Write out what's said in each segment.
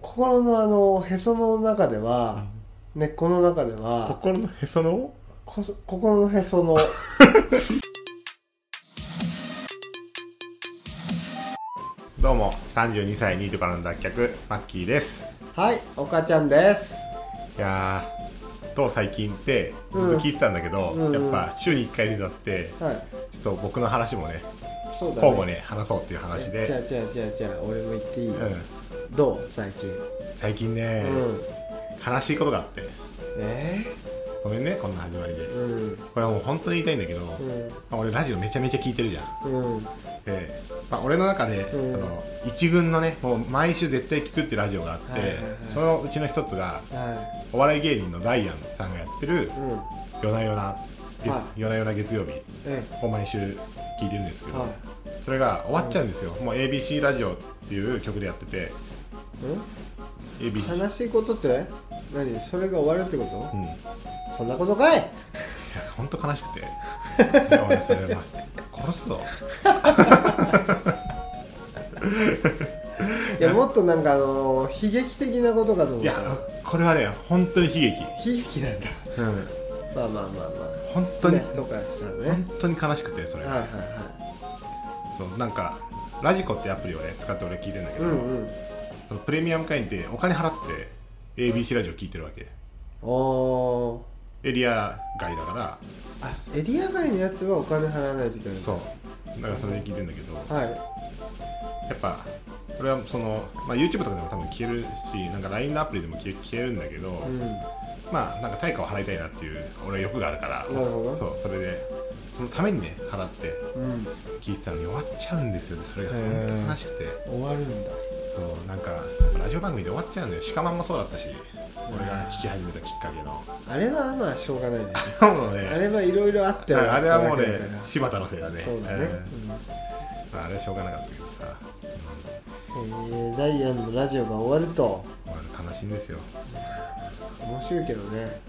心のあのへその中では、根っこの中では心のへそのこそ心のへそ のどうも32歳ニートからの脱却マッキーですはいお母ちゃんですいやーと最近ってずっと聞いてたんだけど、うんうんうんやっぱ週に1回になってはいちょっと僕の話もねそうだね交互に話そうっていう話で、じゃあじゃあじゃあじゃあ俺も言っていい、うん、どう最近、最近ね、うん悲しいことがあってえごめんねこんな始まりでー、うんこれはもう本当に言いたいんだけど、うまあ俺ラジオめちゃめちゃ聞いてるじゃんんうんで、まあ、俺の中で、うんその一軍のねもう毎週絶対聞くってラジオがあって、はいはいはいそのうちの一つがはお笑い芸人のダイアンさんがやってるいうん「夜な夜な月,、は夜な夜な月曜日え」を毎週聞いてるんですけど、はいそれが終わっちゃうんですよ、もう ABC ラジオっていう曲でやっててうん ABC 悲しいことって何それが終わるってこうんいやとそんなことかい本当悲しくていや俺それ、まあ、殺すぞいやもっとなんかあのー、悲劇的なことかと思っいたやこれはね本当に悲劇、悲劇なんだうん、まあまあまあまあ本当に、ねとかしたのね本当に悲しくてそれ、はいはいはそうなんかラジコってアプリをね使って俺聞いてるんだけいど、うんうんそのプレミアム会員でお金払って ABC ラジオ聞いてるわけおーエリア外だからあエリア外のやつはお金払わないといけないそうだからそれで聞いてるんだけどやはいっぱ俺はその、まあ、YouTube とかでも多分消えるしなんか LINE のアプリでも消え消えるんだけど、うんまあなんか対価を払いたいなっていう俺は欲があるからなるほどそうそれでそのためにね払ってうん聞いてたのに終わっちゃうんですよねそれがへー本当に悲しくて終わるんだそうなんかやっぱラジオ番組で終わっちゃうんだよ鹿まんもそうだったし俺が聞き始めたきっかけのあれはまあしょうがないねも うあね、れはいろいろあってあれはもうねあったわけだから、柴田のせいだね。そうだね、うんあれはしょうがなかったけどさ、うんえーダイアンのラジオが終わるとうん、まあ悲しいんですよ。面白いけどね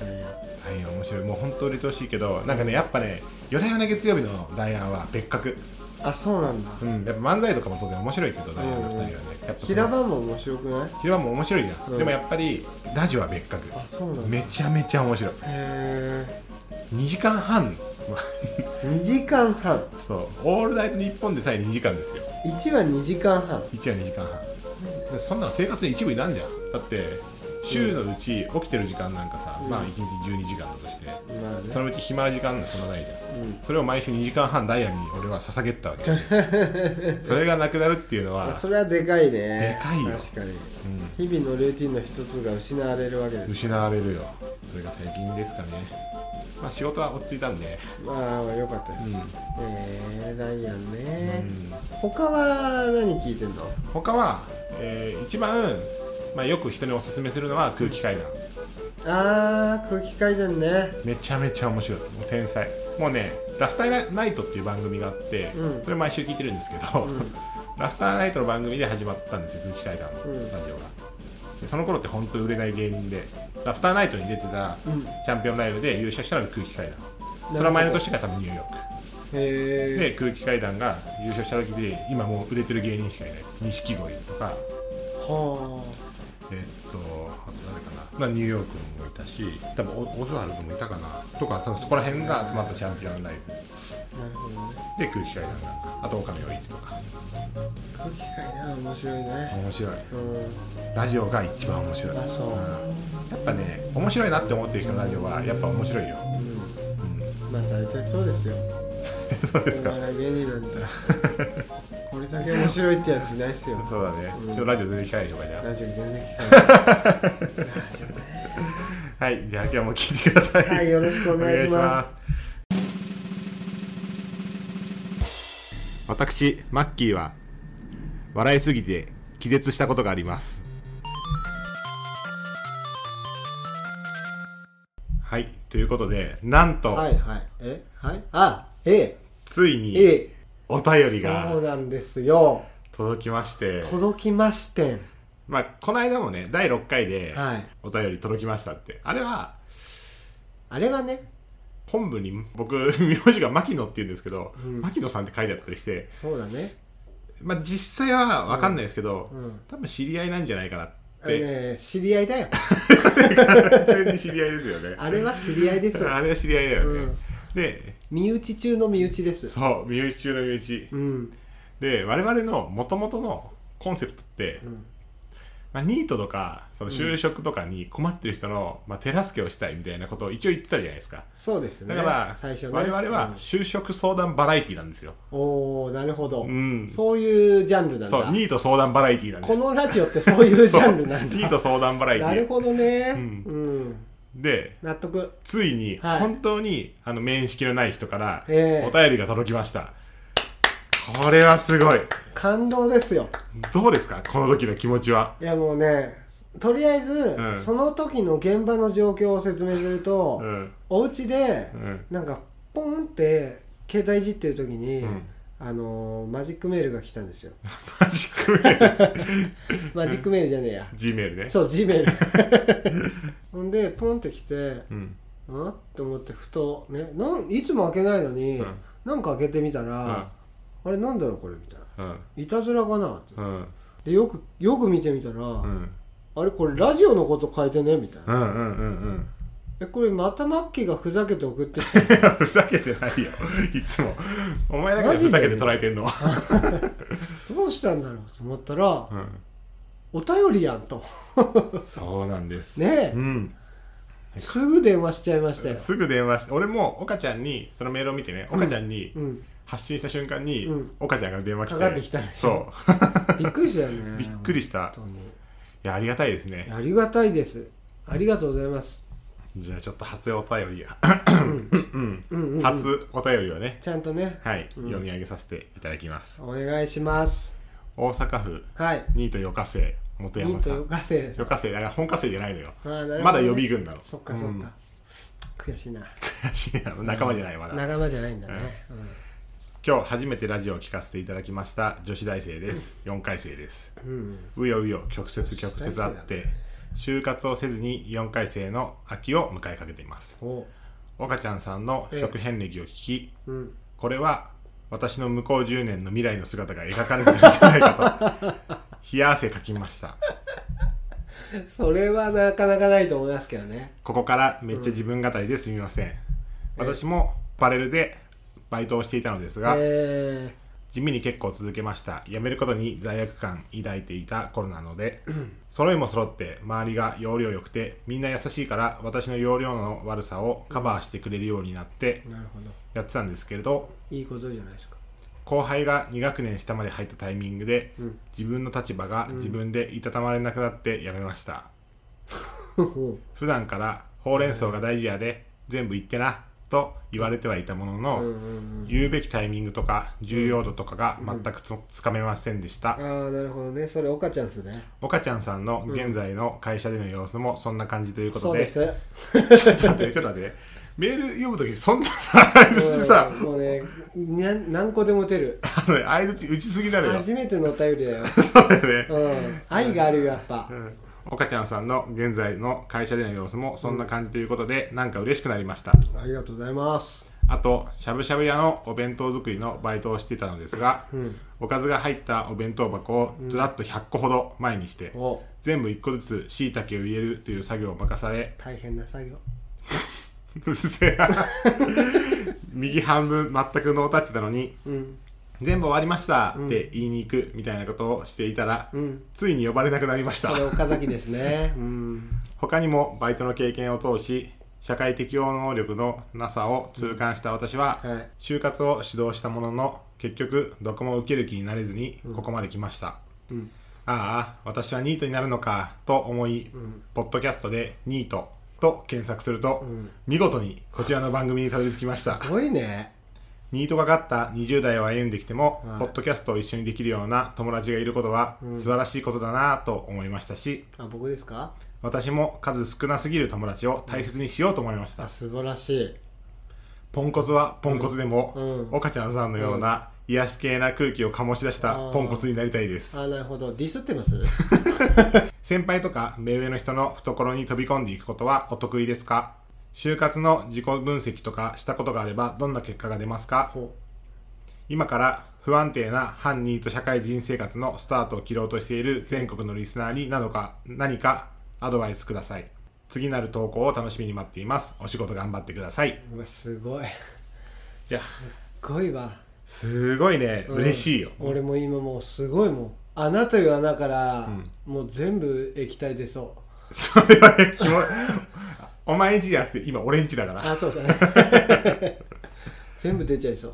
ダイアン大変面白い。もう本当に愛しいけど、なんかね、やっぱね、夜な夜な月曜日のダイアンは別格。あそうなんだうん、やっぱ漫才とかも当然面白いけど、ダイアンの二人はね。やっぱその平場も面白くない平場も面白いじゃん。うんでもやっぱり、ラジオは別格。あそうなんだめへちゃめちゃ面白い。え2時間半。 2時間半そう、オールナイト日本でさえ2時間ですよ。 1話2時間半1夜2時間半でそんなの生活の一部になんじゃんだって週のうち起きてる時間なんかさ、うんまあ1日12時間だとしてまあねそのうち暇な時間なんてそんなないじゃうんんそれを毎週2時間半ダイヤに俺は捧げ てたわけそれがなくなるっていうのまあは、それはでかいねでかいよ確かに日々のルーティンの一つが失われるわけうん、です失われるよそれが最近ですかねまあ仕事は落ち着いたんで、まあよかったでうす、んえー、ダイアンね、うん他は何聞いてんの他は、えー一番、まあ、よく人におすすめするのは空気階段あー空気階段ねめちゃめちゃ面白いもう天才もうね「ラフターナイト」っていう番組があって、うんそれ毎週聞いてるんですけど、うん ラフターナイトの番組で始まったんですよ空気階段のうんラジオが、でその頃って本当に売れない芸人でラフターナイトに出てたうんチャンピオンライブで優勝したのが空気階段ほどそれは前の年が多分ニューヨークへで空気階段が優勝した時で今もう売れてる芸人しかいない錦鯉とかーはえっとあと誰かな、まあ、ニューヨークにもいたし多分オオズワルドもいたかなとか多分そこら辺が集まったチャンピオンライブあなるほどねで空気階段なんかあと岡部陽一とか空気階段面白いね面白いうんラジオが一番面白いあそうんやっぱね面白いなって思ってる人のラジオはやっぱ面白いよ、うんうん、 まあ大体そうですよそうですおか笑い芸人 なんてこれだけ面白いってやついないっすよ そうだね、うんでもラジオ全然聞かないでしょうかじゃラジオ全然聞 かあはいじゃあ今日も聞いてくださいないはいよろしくお願いしますす私マッキーは笑いすぎて気絶したことがありますはいということでなんと、はいはい。えはいあ、えついに、えお便りそうがなんですよ。届きまして、届きましてん。まあ、この間もね第6回ではい。お便り届きましたってあれはあれはね、本文に僕名字が牧野って言うんですけど、うん牧野さんって書いてあったりしてそうだね。まあ実際は分かんないですけど、うんうん多分知り合いなんじゃないかなっあれて、ね知り合いだよ完全に知り合いですよねあれは知り合い ですよあれは知り合いだよね、うんで身内中の身内ですそう身内中の身内うんで我々の元々のコンセプトって、うんまあ、ニートとかその就職とかに困ってる人の、まあ、手助けをしたいみたいなことを一応言ってたじゃないですかそうですねだから、最初ね我々は就職相談バラエティなんですよ、うんおおなるほどうんそういうジャンルなんだそうニート相談バラエティなんですこのラジオってそういうジ そうャンルなんニーだト相談バラエテなるィほどねうんうんで納得ついにはい本当に、あの面識のない人からおええ便りが届きました、これはすごい感動ですよどうですかこの時の気持ちはいやもうねとりあえず、んその時の現場の状況を説明すると、うんお家で、うんなんかポンって携帯いじってる時に、うんあのーマジックメールが来たんです よマジックメールマジックメールじゃねえや G メールねそう G メール ほんでポンって来てうんうんって思ってふとねなんいつも開けないのに、うんなんか開けてみたら、うんあれなんだろうこれみたいなうんいたずらかなってうんでよくよく見てみたら、うんあれこれラジオのこと書いてねみたいなうんうんうん えこれまたマッキーがふざけて送って きたふざけてないよいつもお前だけでふざけて捉えてんのどうしたんだろうと思ったらうお便りやんとんそうなんですねうんえすぐ電話しちゃいましたよすぐ電話して俺も岡ちゃんにそのメールを見てね岡ちゃんにうん発信した瞬間にうん岡ちゃんが電話来てかかってきたねそ びっくりしたようねびっくりした本いやありがたいです当にねありがたいですありがとうございますじゃあちょっと初お便りやうんうん、うん、初お便りをねちゃんとねはいうん読み上げさせていただきますお願いします大阪府はいニート余暇生元ニ山ートさんよかせです余暇生だから本科生じゃないのよあーなるほどねまだ予備軍なのそっかそっか、うん悔しいな悔しいな仲間じゃないまだ仲間じゃないんだね、今日初めてラジオを聞かせていただきました女子大生です4回生ですうん、うんうようよ曲折曲折あって就活をせずに4回生の秋を迎えかけていますお岡ちゃんさんの食遍歴を聞きうんこれは私の向こう10年の未来の姿が描かれてるんじゃないかと 冷や汗かきましたそれはなかなかないと思いますけどねここからめっちゃ自分語りですみません私もパレルでバイトをしていたのですが、え地味に結構続けました辞めることに罪悪感抱いていた頃なので揃いも揃って周りが容量良くてみんな優しいから私の容量の悪さをカバーしてくれるようになってー、なるほどやってたんですけれどいいことじゃないですか後輩が2学年下まで入ったタイミングでうん自分の立場が自分でいたたまれなくなって辞めましたお普段からほうれん草が大事やで全部言ってなと言われてはいたものうんうんのうん言うべきタイミングとか重要度とかが全くつつかめませんでしたああなるほどねそれ岡ちゃんですね岡ちゃんさんの現在の会社での様子もそんな感じというこそとうで、ですうん ちょっと待って、ちょっと待って、メール読むとき、そんなさ、相づちさ、もうねなん何個でも出るあのね相づち打ちすぎなのよ、 初めてのお便りだよ、そうだよね、うん、愛があるよやっぱ、うん岡ちゃんさんの現在の会社での様子もそんな感じということで、なんか嬉しくなりました。ありがとうございますあと、しゃぶしゃぶ屋のお弁当作りのバイトをしていたのですが、うんおかずが入ったお弁当箱をずらっと100個ほど前にして、お全部1個ずつ椎茸を入れるという作業を任され、大変な作業うるせえな 右半分全くノータッチなのにうん全部終わりましたって言いに行くみたいなことをしていたら、うんついに呼ばれなくなりましそたれ岡崎です ねうん他にもバイトの経験を通し社会適応能力のなさを痛感した私は、はい就活を指導したものの結局どこも受ける気になれずにここまで来ました、うんああ私はニートになるのかと思い、ポッドキャストで「ニート」と検索すると、ん見事にこちらの番組にたどり着き ましたすごいねニートがかった20代を歩んできても、はいポッドキャストを一緒にできるような友達がいることは素晴らしいことだなと思いましたし、あ僕ですか私も数少なすぎる友達を大切にしようと思いました、あ素晴らしいポンコツはポンコツでも、うん岡ちゃんさんのような癒し系な空気を醸し出したあーポンコツになりたいですあなるほどディスって ます先輩とか目上の人の懐に飛び込んでいくことはお得意ですか就活の自己分析とかしたことがあればどんな結果が出ますかほ今から不安定な反ニート社会人生活のスタートを切ろうとしている全国のリスナーになのか何かアドバイスください次なる投稿を楽しみに待っていますお仕事頑張ってくださいうわすごいいやすごいわすごいね、うん嬉しいよ俺も今もうすごいもん穴という穴から、もう全部液体出そうそれはね、気もお前んちじゃなくて今俺んちだからあそうだね 全部出ちゃいそ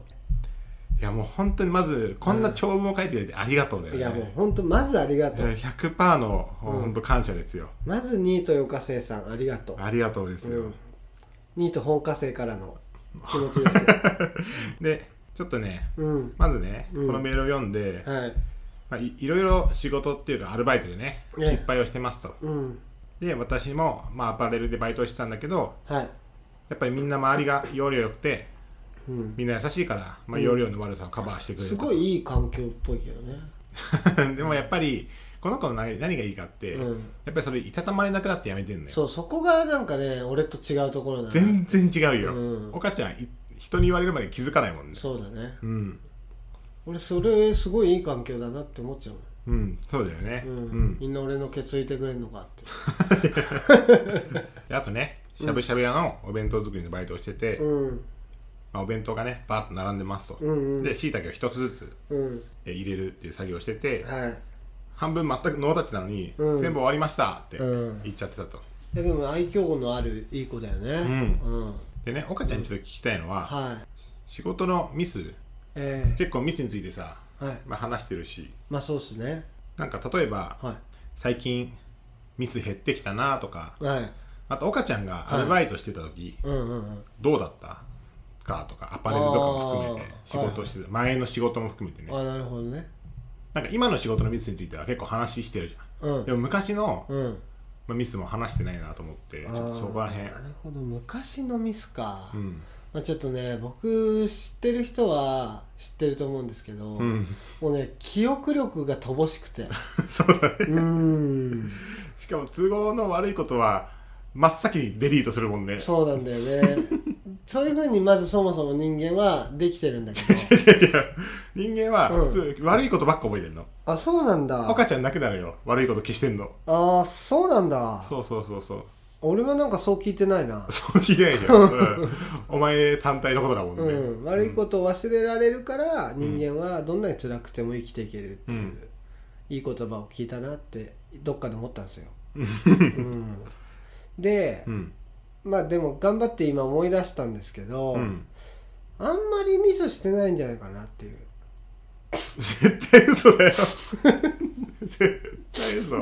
いやもう本当にまずこんな長文を書いてくれてありがとうだよういねやもうほんとまずありがとう、 100%の本当感謝ですよ、まずニートよかせいさんありがとうありがとうですよ、うんニート本科生からの気持ち ですよでちょっとねうんまずね、うんこのメールを読んで、はいまあ、いいろいろ仕事っていうかアルバイトでねね失敗をしてますと、うんで私も、まあ、アパレルでバイトしてたんだけどはいやっぱりみんな周りが容量良くてうんみんな優しいから、まあ、容量の悪さをカバーしてくれるすごいいい環境っぽいけどね でもやっぱりこの子の何何がいいかって、うやんっぱりそれいたたまれなくなってやめてんのよそうそこがなんかね俺と違うところだね全然違うよ、うんお母ちゃんい人に言われるまで気づかないもんねそうだねうん俺それすごいいい環境だなって思っちゃううんそうだよねもん、うんうんみんな俺のケツいてくれんのかって であとねしゃぶしゃぶ屋のお弁当作りのバイトをしてて、うんまあ、お弁当がねバーッと並んでますと、うんうんでしいたけを一つずつうんえ入れるっていう作業をしてて、はい半分全くノータッチなのに、うん全部終わりましたってうん言っちゃってたと、いやでも愛嬌のあるいい子だよねううん、でね岡ちゃんにちょっと聞きたいのは、はい仕事のミスえ結構ミスについてさ、えはいまあ、話してるしまあそうっすねなんか例えばは最近ミス減ってきたなとかいはいあと岡ちゃんがアルバイトしてた時、うんうんうんどうだったかとかアパレルとかも含めてあー仕事をしてた前の仕事も含めてねあなるほどねなんか今の仕事のミスについては結構話してるじゃうんんでも昔のうんまあミスも話してないなと思ってちょっとそこらへんあーなるほど昔のミスか、うんまあ、ちょっとね僕知ってる人は知ってると思うんですけど、うん、 もうね記憶力が乏しくてそうだねうーんしかも都合の悪いことは真っ先にデリートするもんねそうなんだよねそういうふうにまずそもそも人間はできてるんだけど 違う違う 人間はうん普通、悪いことばっか覚えてんのあそうなんだ赤ちゃんだけなのよ悪いこと消してんのああそうなんだそうそうそうそう俺はなんかそう聞いてないなそう聞いてないじゃ ん、うん、お前単体のことだもんね、うん、悪いことを忘れられるから人間はどんなに辛くても生きていけるっていう、うんいい言葉を聞いたなってどっかで思ったん ですよ。うん、でうんまあでも頑張って今思い出したんですけど、うんあんまりミスしてないんじゃないかなっていう絶対嘘だよ絶対嘘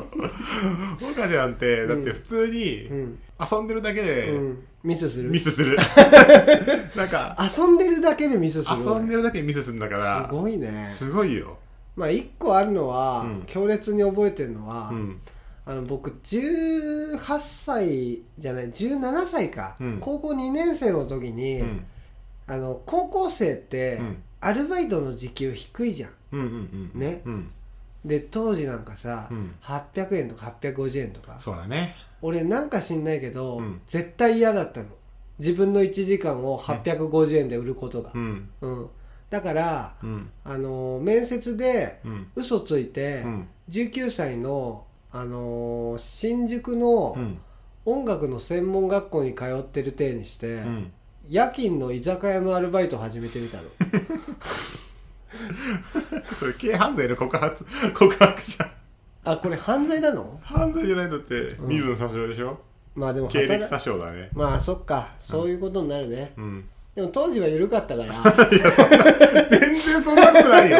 岡ちゃんってだって普通にうん、遊んでるだけうでん、ミスするミス する、なんか遊んでるだけでミスする遊んでるだけでミスするんだかすらごいねすごいよ、まあ一個あるのは、うん強烈に覚えてるのは、うん、あの僕18歳じゃない17歳か、うん高校2年生の時に、うんあの高校生って、うんアルバイトの時給低いじゃんうんうんうんねうんで当時なんかさ、うん800円とか850円とかそうだね俺なんか知んないけど、うん絶対嫌だったの自分の1時間を850円で売ることが、うんうんだからうんあのー面接でうん嘘ついて、うん19歳のあのー新宿のうん音楽の専門学校に通ってる体にして、うん夜勤の居酒屋のアルバイト始めてみ たのそれ軽犯罪の告発 告白じゃんあこれ犯罪なの犯罪じゃないんだってん身分詐称でしょまあでも経歴働詐称だねまあそっかそういうことになるね、うんでも当時は緩かったから 全然そんなことないよ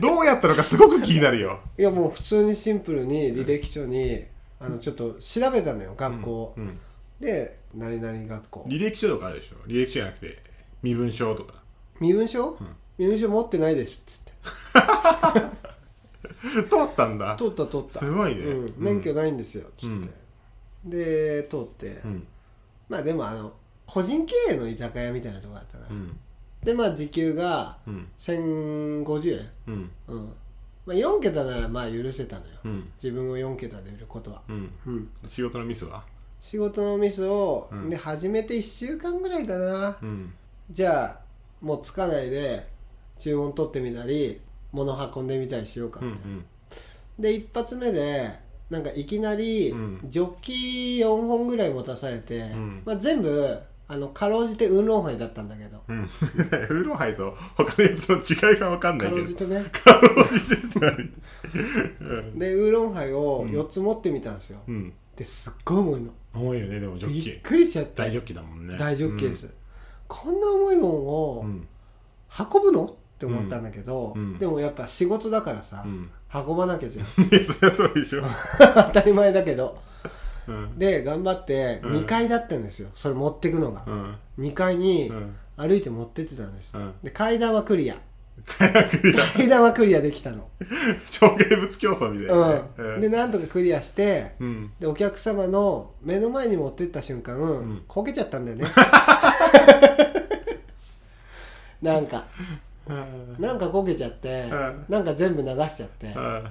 どうやったのかすごく気になるよいやもう普通にシンプルに履歴書にあのちょっと調べたのよ学校、うんうんで何々学校履歴書とかあるでしょ履歴書じゃなくて身分証とか身分証、身分証持ってないですっつって通ったんだ取った取ったすごいねうん、うん免許ないんですよっつって、で通って、うんまあでもあの個人経営の居酒屋みたいなとこだったから、うんでまあ時給がうん1050円うんうんまあ4桁ならまあ許せたのよ、うん自分を4桁で売ることはうんうん仕事のミスは仕事のミスを、うんで始めて1週間ぐらいかな、うんじゃあもうつかないで注文取ってみたり物運んでみたりしようかうんみうたいな、んで一発目でなんかいきなりジうんョッキ4本ぐらい持たされて、んまあ、全部あのかろうじて運動杯だったんだけどうん ウーロンハイと他のやつの違いが分かんなかいろけうじどてねかろうじてって何でウーロンハイを4つ持ってみたんですよ、うんですっごい重いの重いよねでもジョッびっキくりしちゃった大ジョッキだもんね大ジョッキです、こんな重いもんうをん運ぶのって思ったんだけど、うんうんでもやっぱ仕事だからさ、うん 運ばなきゃじゃん いやそりゃそうでしょ当たり前だけどうんで頑張ってうん2階だったんですよそれ持ってくのがう、ん2階にうん 歩いて持ってってたんです、うんで階段はクリア クリア階段はクリアできた の、障害物競争みたいなねうん、でなんとかクリアしてうんでお客様の目の前に持ってった瞬間、んこけちゃったん だよねなんかうんなんかこけちゃって、うんなんか全部流しちゃって、うん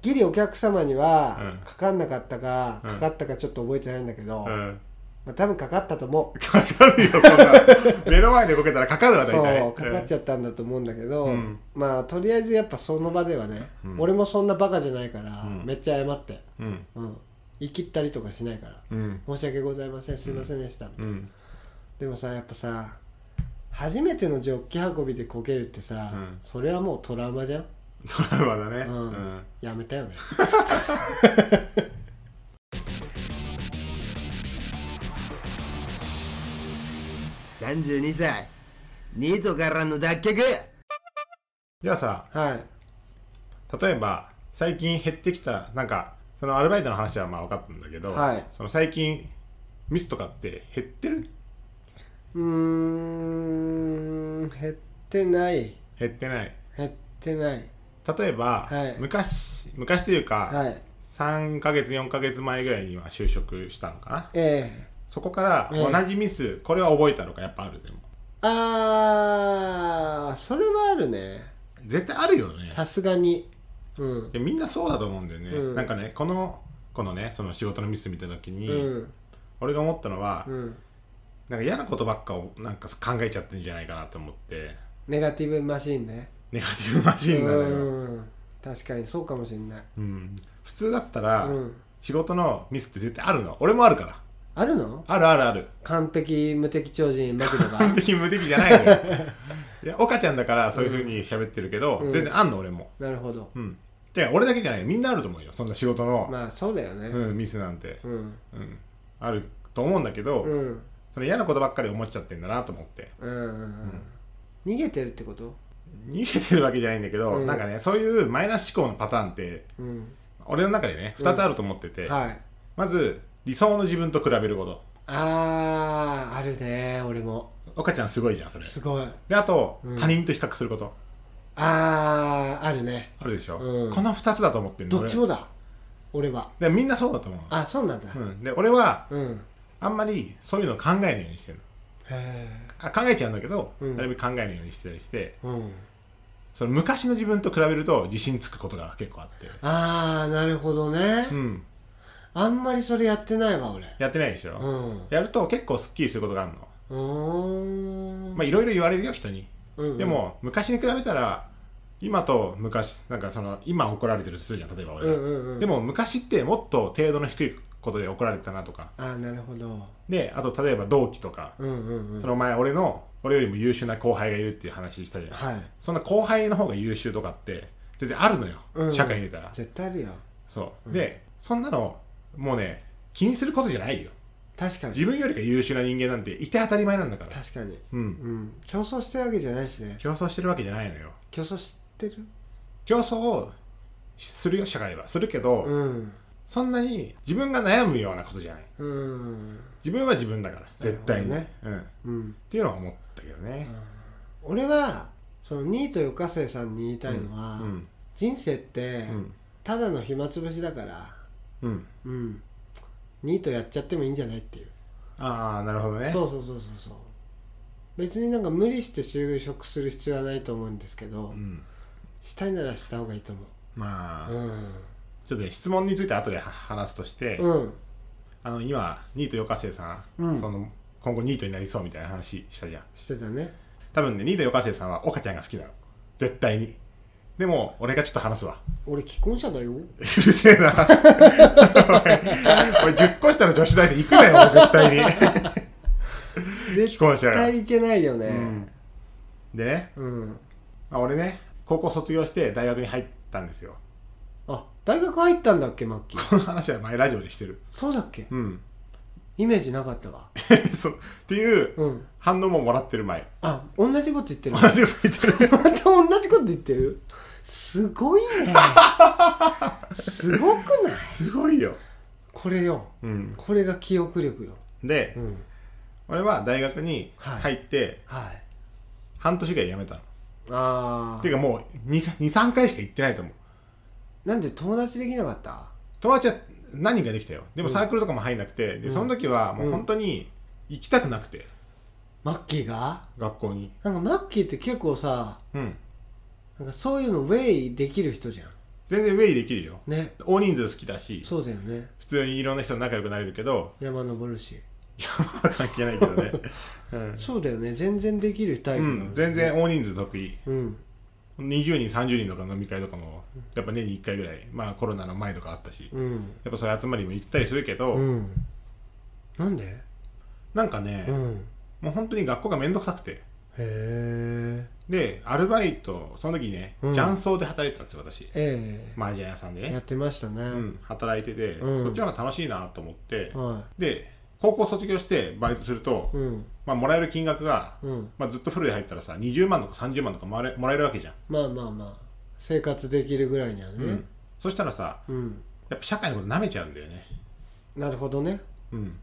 ギリお客様にはうんかかんなかったか、うんかかったかちょっと覚えてないんだけど、うまんあ、多分かかったと思うかかるよそんな目の前でこけたらかかるわ大体そうかかっちゃゃったんだと思うんだけど、うんまあとりあえずやっぱその場ではね、うん俺もそんなバカじゃないから、うんめっちゃ謝って、うんうん、言い切ったりとかしないからうん申し訳ございませんすいませんでした、うんでもさやっぱさ初めてのジョッキ運びでこけるってさ、うんそれはもうトラウマじゃんトラウマだねううんんやめたよね32歳ニートからの脱却じゃあさはい例えば最近減ってきたなんかそのアルバイトの話はまあ分かったんだけど、はいその最近ミスとかって減ってるうーん減ってない減ってない減ってない例えば、はい昔昔というか、はい3ヶ月4ヶ月前ぐらいには就職したのかなええそこからええ同じミス、これは覚えたのかやっぱあるでもあーそれはあるね絶対あるよねさすがにうんでみんなそうだと思うんだよね、うんなんかねこのこのねその仕事のミス見たう時に、ん俺が思ったのは、うんなんか嫌なことばっかをなんか考えちゃってんじゃないかなと思ってネガティブマシーンねネガティブマシーンなのうよ、ん確かにそうかもしれないうん普通だったら、うん仕事のミスって絶対あるの俺もあるからあるのあるあるある完璧無敵超人マクド が完璧無敵じゃないの よいや岡ちゃんだからそういうふうに喋ってるけど、うん全然あんの俺もなるほどうんてか俺だけじゃないみんなあると思うよそんな仕事の、まあそうだよねうん、ミスなんて、うんうん、あると思うんだけど、うんその嫌なことばっかり思っちゃってんだなと思ってうんうん逃げてるってこと逃げてるわけじゃないんだけど、うんなんかねそういうマイナス思考のパターンってうん俺の中でね2つあると思ってて、はいまず理想の自分と比べることあーあるね俺も岡ちゃんすごいじゃんそれすごいであと、うん他人と比較することあーあるねあるでしょ、うんこの2つだと思ってんのどっちもだ俺は俺でみんなそうだと思うあそうなんだうん、で俺はうん、あんまりそういうの考えないようにしてるのへえあ考えちゃうんだけど、うんなるべく考えないようにしてたりしてうんその昔の自分と比べると自信つくことが結構あってああなるほどね、うんあんまりそれやってないわ俺やってないでしょ、うんやると結構すっきりすることがあるのうーんまあいろいろ言われるよ人に、うんうんでも昔に比べたら今と昔なんかその今怒られてるとするじゃん例えば俺が、うんうんうんでも昔ってもっと程度の低いことで怒られてたなとかああなるほどであと例えば同期とか、うんうんうんその前俺の俺よりも優秀な後輩がいるっていう話したじゃん、はいそんな後輩の方が優秀とかって全然あるのよ、うん社会に出たら絶対あるよそう、でそんなのもうね気にすることじゃないよ確かに自分よりか優秀な人間なんていて当たり前なんだから確かにうんうん競争してるわけじゃないしね競争してるわけじゃないのよ競争してる競争をするよ社会はするけど、うんそんなに自分が悩むようなことじゃないうん自分は自分だから絶対になるね、うん、っうんていうのは思ったけどね、俺はそのニートよかせいさんに言いたいのは、うん人生って、うんただの暇つぶしだからうんうんニートやっちゃってもいいんじゃないっていうああなるほどねそうそうそうそうそう別になんか無理して就職する必要はないと思うんですけど、うん、したいならした方がいいと思まあ、うちょっとね質問について後で話すとして、うんうんあの今ニートよかせいさん、うんその今後ニートになりそうみたいな話したじゃんしてたね多分ねニートよかせいさんは岡ちゃんが好きなの絶対にでも俺がちょっと話すわ俺既婚者だ ようるせえなおいおい10個下の女子大生行くなよ 俺絶対に絶婚者が対いけないよねんでね、うんまあ、俺ね高校卒業して大学に入ったんですよあ大学入ったんだっけマッキーこの話は前ラジオでしてるそうだっけうん イメージなかったわそうっていううん反応ももらってる前あ同じこと言ってる 同またじこと言って る同じこと言ってるすごい ねすごくないすごいよ、これようん、これが記憶力よで、うん俺は大学に入ってはい半年ぐらい辞めたの、あていうかもう23回しか行ってないと思うあなんで友達できなかった友達は何人かできたよでもサークルとかも入んなくて、でその時はもう本当に行きたくなくて、マッキーが学校になんかマッキーって結構さうんなんかそういうのウェイできる人じゃん全然ウェイできるよね大人数好きだしそうだよね普通にいろんな人と仲良くなれるけど 山登るし関係ないけどね、うんそうだよね全然できるタイうプだよねん、全然大人数得意うん20人30人とかの飲み会とかもやっぱ年に1回ぐらいまあコロナの前とかあったし、やうんっぱそういう集まりも行ったりするけど、うんなんでなんかね、うんもう本当に学校がめんどくさくてへえでアルバイトその時ねうん雀荘、で働いてたんですよ私えマージャン屋さんでえやねっ、てましたね、うん、働いてて、うんそっちの方が楽しいなと思って、はで高校卒業してバイトすると、いうんまあ、もらえる金額が、うんまあ、ずっとフルで入ったらさ20万とか30万とかもらえもらえるわけじゃん、まあまあまあ生活できるぐらいにはうねんそしたらさうん、やっぱ社会のこと舐めちゃうんだよね、なるほどねうん、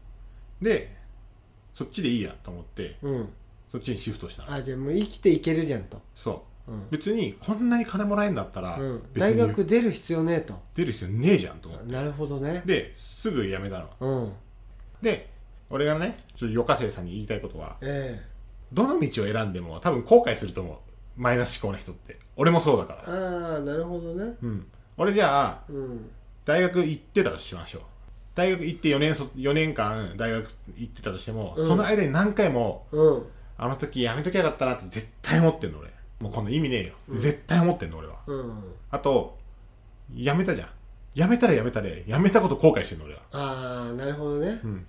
でそっちでいいやと思ってうんそっちにシフトしたのあじゃあもう生きていけるじゃんと、そううん別にこんなに金もらえるんだったら、うん、別大に学出る必要ねえと出る必要ねえじゃんと思ってなるほどねですぐ辞めたうのんで俺がねちょっと余化生さんに言いたいことはええどの道を選んでも多分後悔すると思うマイナス思考な人って俺もそうだからああなるほどねうん俺じゃあうん大学行ってたとしましょう大学行って4年そ4年間大学行ってたとしても、うんその間に何回もうんあの時やめときゃよかったなって絶対思ってんの俺もうこんな意味ねえよ、絶対思ってんの俺はうんあとやめたじゃんやめたらやめたでやめたこと後悔してんの俺はああなるほどね、だかうん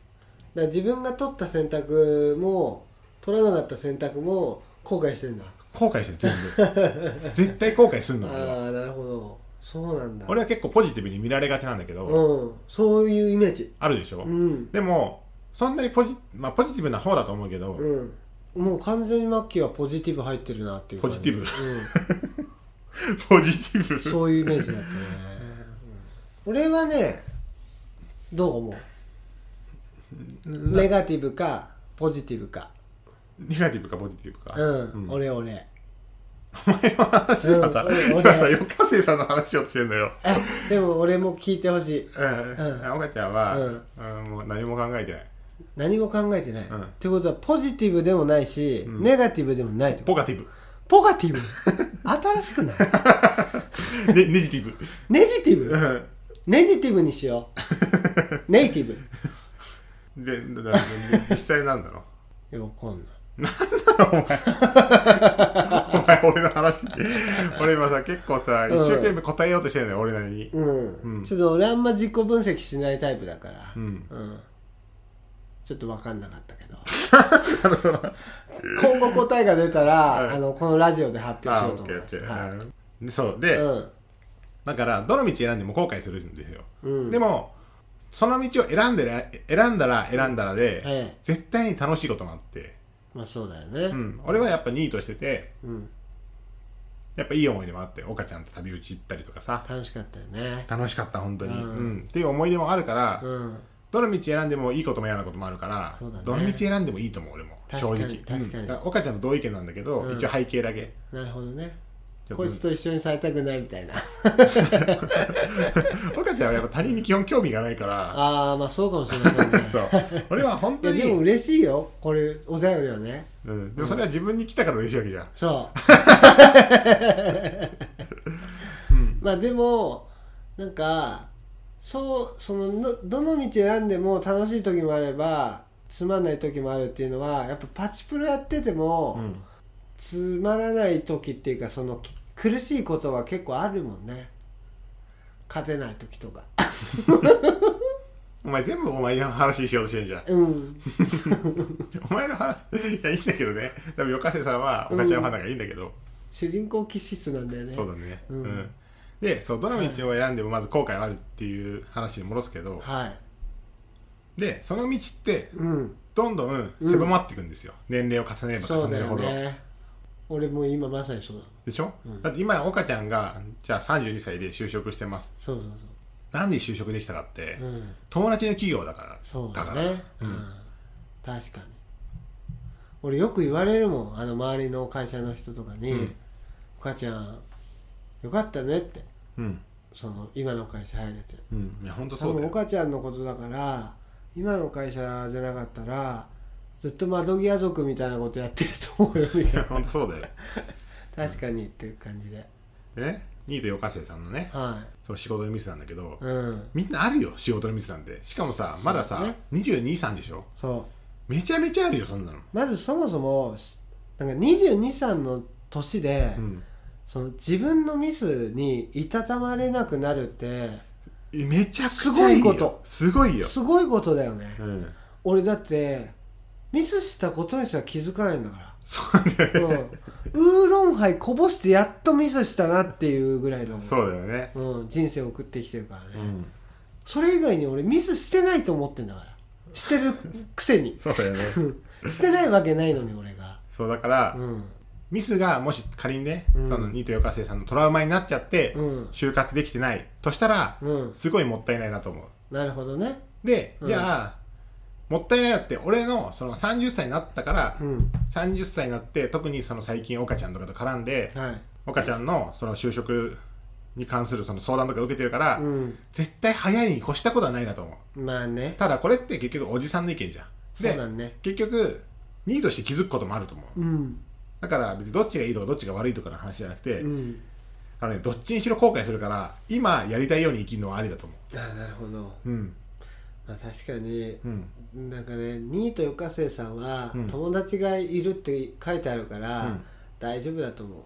ら自分が取った選択も取らなかった選択も後悔してんだ後悔してる全 部絶対後悔すんの俺はああなるほどそうなんだ俺は結構ポジティブに見られがちなんだけど、うんそういうイメージあるでしょ、うんでもそんなにポジ,、まあ、ポジティブな方だと思うけど、うんもう完全にマッキーはポジティブ入ってるなっていう感じポジティうブポジティブ ん、そういうイメージだったね、うん俺はねどう思うネガティブかポジティブかネガティブかポジティブか、うん、うん俺俺話また、うん俺今さよかせいさんの話しようとしてんのよ、あでも俺も聞いてほしいうんあおかちゃんは、うんうんもう何も考えてない何も考えてない、うんってことはポジティブでもないし、うんネガティブでもないってことポガティブ ポガ ティブ新しくないネネジティブネジティブうネジティブにしよ うネイティブいんでだだ実際なんだろやわかんない、うお前俺の話俺今さ結構さうん一生懸命答えようとしてんのよ俺なりにうんうんちょっと俺あんま自己分析しないタイプだからう、んうんちょっとわかんなかったけど あのその今後答えが出たら、うんあのこのラジオで発表しあようオとッ思ケいーオまッケす、ー、はうんでそうで、いうんだからどの道選んでも後悔するんですよ、うんでもその道を選んでら選んだら選んだらで、ええ絶対に楽しいこともあって、まあそうだよね、うん、俺はやっぱニートしててうん、やっぱいい思い出もあって岡ちゃんと旅打ち行ったりとかさ楽しかったよね楽しかった本当に、ううんんっていう思い出もあるから、うんどの道選んでもいいことも嫌なこともあるから、そうだねどの道選んでもいいと思う俺も確正かに直確かにうんだら岡ちゃんと同意見なんだけど、うん一応背景だけなるほどねちょっとこいつと一緒にされたくないみたいな岡ちゃんはやっぱ他人に基本興味がない からああまあそうかもしれませんね そう俺は本い当やにでも嬉しいよこれお便りはねうん、でもそれは自分に来たから嬉しいわけじゃん、そう、まあでもなんかそうそののどの道選んでも楽しい時もあればつまんない時もあるっていうのはやっぱパチプロやってても、うんつまらない時っていうかそのき苦しいことは結構あるもんね勝てない時とかお前全部お前の話しようとしてるじゃん。うんお前の話、いや、いいんだけどね。多分、よかせさんは、おかちゃんファンだからいいんだけど。主人公気質なんだよねそうだね。ううんん。で、そう、どの道を選んでもまず後悔はあるっていう話に戻すけど、はいで、その道って、うんどんどん狭まっていくんですよ。年齢を重ねればそ重うだねるよほど。ね俺も今まさにそうだでしょ、だって今、岡ちゃんが、じゃあ32歳で就職してます。そうそうなんで就職できたかって、そううん友達の企業だから。そうだから。ねうん、確かに俺よく言われるもんあの周りの会社の人とかに「うんお母ちゃんよかったね」ってうん。その今の会社入れてうん。いや、ほんと多そうだ分およ。母ちゃんのことだから今の会社じゃなかったらずっと窓際族みたいなことやってると思うよみいたいや、 ほんとそうだよ。な確かにっていう感じででね、ニートよかせさんのね、はその仕事のミスなんだけどい、うんみんなあるよ、仕事のミスなんて。しかもさ、まださ、そうだね22、3でしょそうめちゃめちゃあるよ、そんなの。まずそもそもしなんか22歳の年で、うん。その自分のミスにいたたまれなくなるってえめちゃくちゃいすいよ。ごいことすごいよ。すごいことだよね、うん。俺だってミスしたことにしか気づかないんだ からそうだよね。うん、ウーロンハイこぼしてやっとミスしたなっていうぐらいのそうだよね。う、ん、人生を送ってきてるからね、うん。それ以外に俺ミスしてないと思ってんだからしてるくせにそうだよね。してないわけないのに俺がそうだから、うんミスがもし仮にね、うんそのニートよかせさんのトラウマになっちゃって、うん就活できてないとしたら、うんすごいもったいないなと思う。なるほどねで、うんじゃあ、もったいないなって、俺のその30歳になったから、うん30歳になって、特にその最近、岡ちゃんとかと絡んで、はい岡ちゃんのその就職に関するその相談とか受けてるから、うん絶対早いに越したことはないなと思う。まあねただ、これって結局、おじさんの意見じゃん。そうでだ、ね結局、ニートして気づくこともあると思う。うんだから、別にどっちがいいとか、どっちが悪いとかの話じゃなくて、うんあのね、どっちにしろ後悔するから、今やりたいように生きるのはありだと思ああなるほど、う。うん。まあ、確かにうん。なんかねニートよかせいさんは、うん友達がいるって書いてあるから、うん大丈夫だと思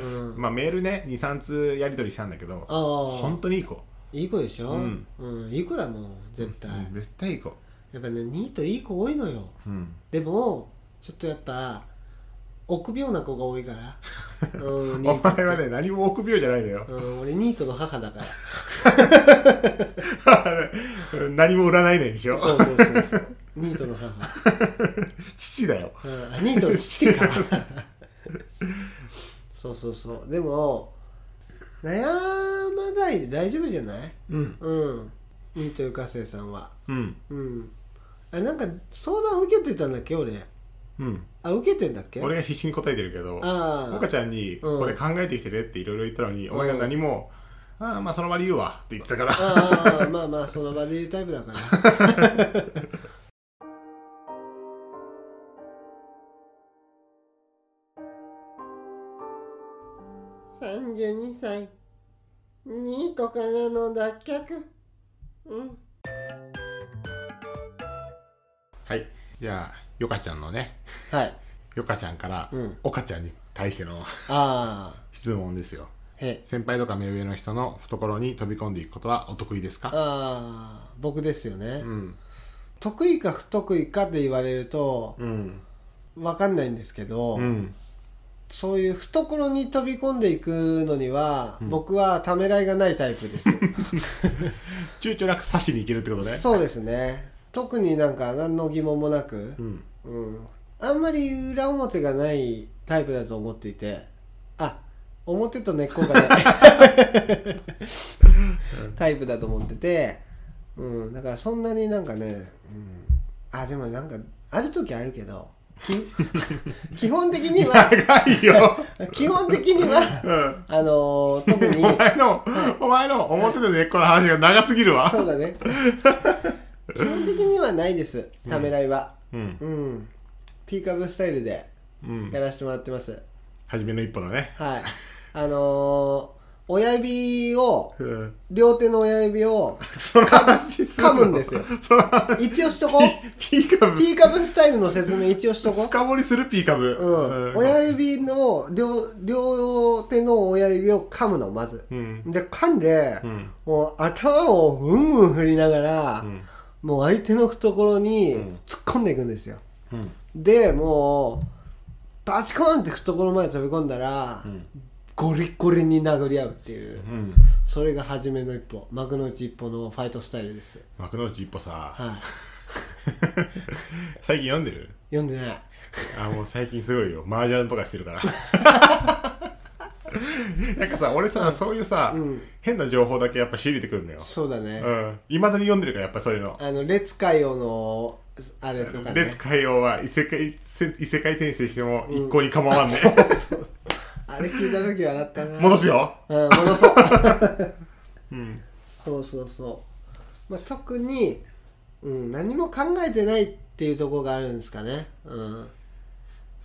う、うん、まあ、メールね、2、3通やり取りしたんだけど、ああ本当にいい子。いい子でしょ、ううんんいい子だもん絶対、うん絶対いい子。やっぱねニートいい子多いのようん。でもちょっとやっぱ臆病な子が多いから うんニおート前はね、何も臆病じゃない のよ。うん、俺ニートの母だから 何も売らないねんでしょそうそうそうそうニートの母、父だよ。うん、あニートの父か そうそうそうでも悩まないで大丈夫じゃないうん。うんニートゆかせいさんはうん。うんあなんか相談受けてたんだっけ俺うん。あ受けてんだっけ俺が必死に答えてるけど、ああ岡ちゃんに、うんこれ考えてきてねっていろいろ言ったのに、うんお前が何も、ああ、まあその場で言うわって言ってたから。ああまあまあその場で言うタイプだから32歳ニートからの脱却うんはい。じゃあ、よかちゃんのね、はいよかちゃんからうん、岡ちゃんに対しての ああ質問ですよ。へ先輩とか目上の人の懐に飛び込んでいくことはお得意ですかああ僕ですよね、うん。得意か不得意かって言われるとうん。分かんないんですけど、うん。そういう懐に飛び込んでいくのには、ん僕はためらいがないタイプ です躊躇なく刺しにいけるってことね。そうですね特になんか何の疑問もなくう、ん。うん、あんまり裏表がないタイプだと思っていてあ表と根っこがない タイプだと思ってて、うん、だからそんなになんかね、うん、あでもなんかある時あるけどき 基本的には長いよ。基本的にはうん。あのー特にお前の、お前の表で根っこの話が長すぎるわ。そうだね基本的にはないですためらいは。うん。うん、ピーカブスタイルでうんや。らせてもらってます、初めの一歩だね。はいあのー親指をうん両手の親指を その話する噛のむんですよ その話一応しとこピーカうブ P カブスタイルの説明一応しとこう深掘りするピーカブうん、親指の両両手の親指を噛むのまずうんで噛んで、うんもう頭をうんうん振りながら、うんもう相手の懐にうん突っ込んでいくんですよ、うんでもうバチコーンって懐まで飛び込んだら、んゴリゴリに殴り合うっていう、うんそれが初めの一歩幕の内一歩のファイトスタイルです幕の内一歩さはい最近読んでる読んでないあもう最近すごいよ麻雀とかしてるから なんかさ俺さそういうさ、うん変な情報だけやっぱ仕入れてくるのよそうだね、いま、未だに読んでるからやっぱそういうのあの列海王のあれとかねで使いようは異世界せ異世界転生しても一向に構 わんね、あれ聞いた時笑ったな戻すようん、戻そう。 うんそうそうそう。まあ、特に、うん、何も考えてないっていうところがあるんですかね。うん。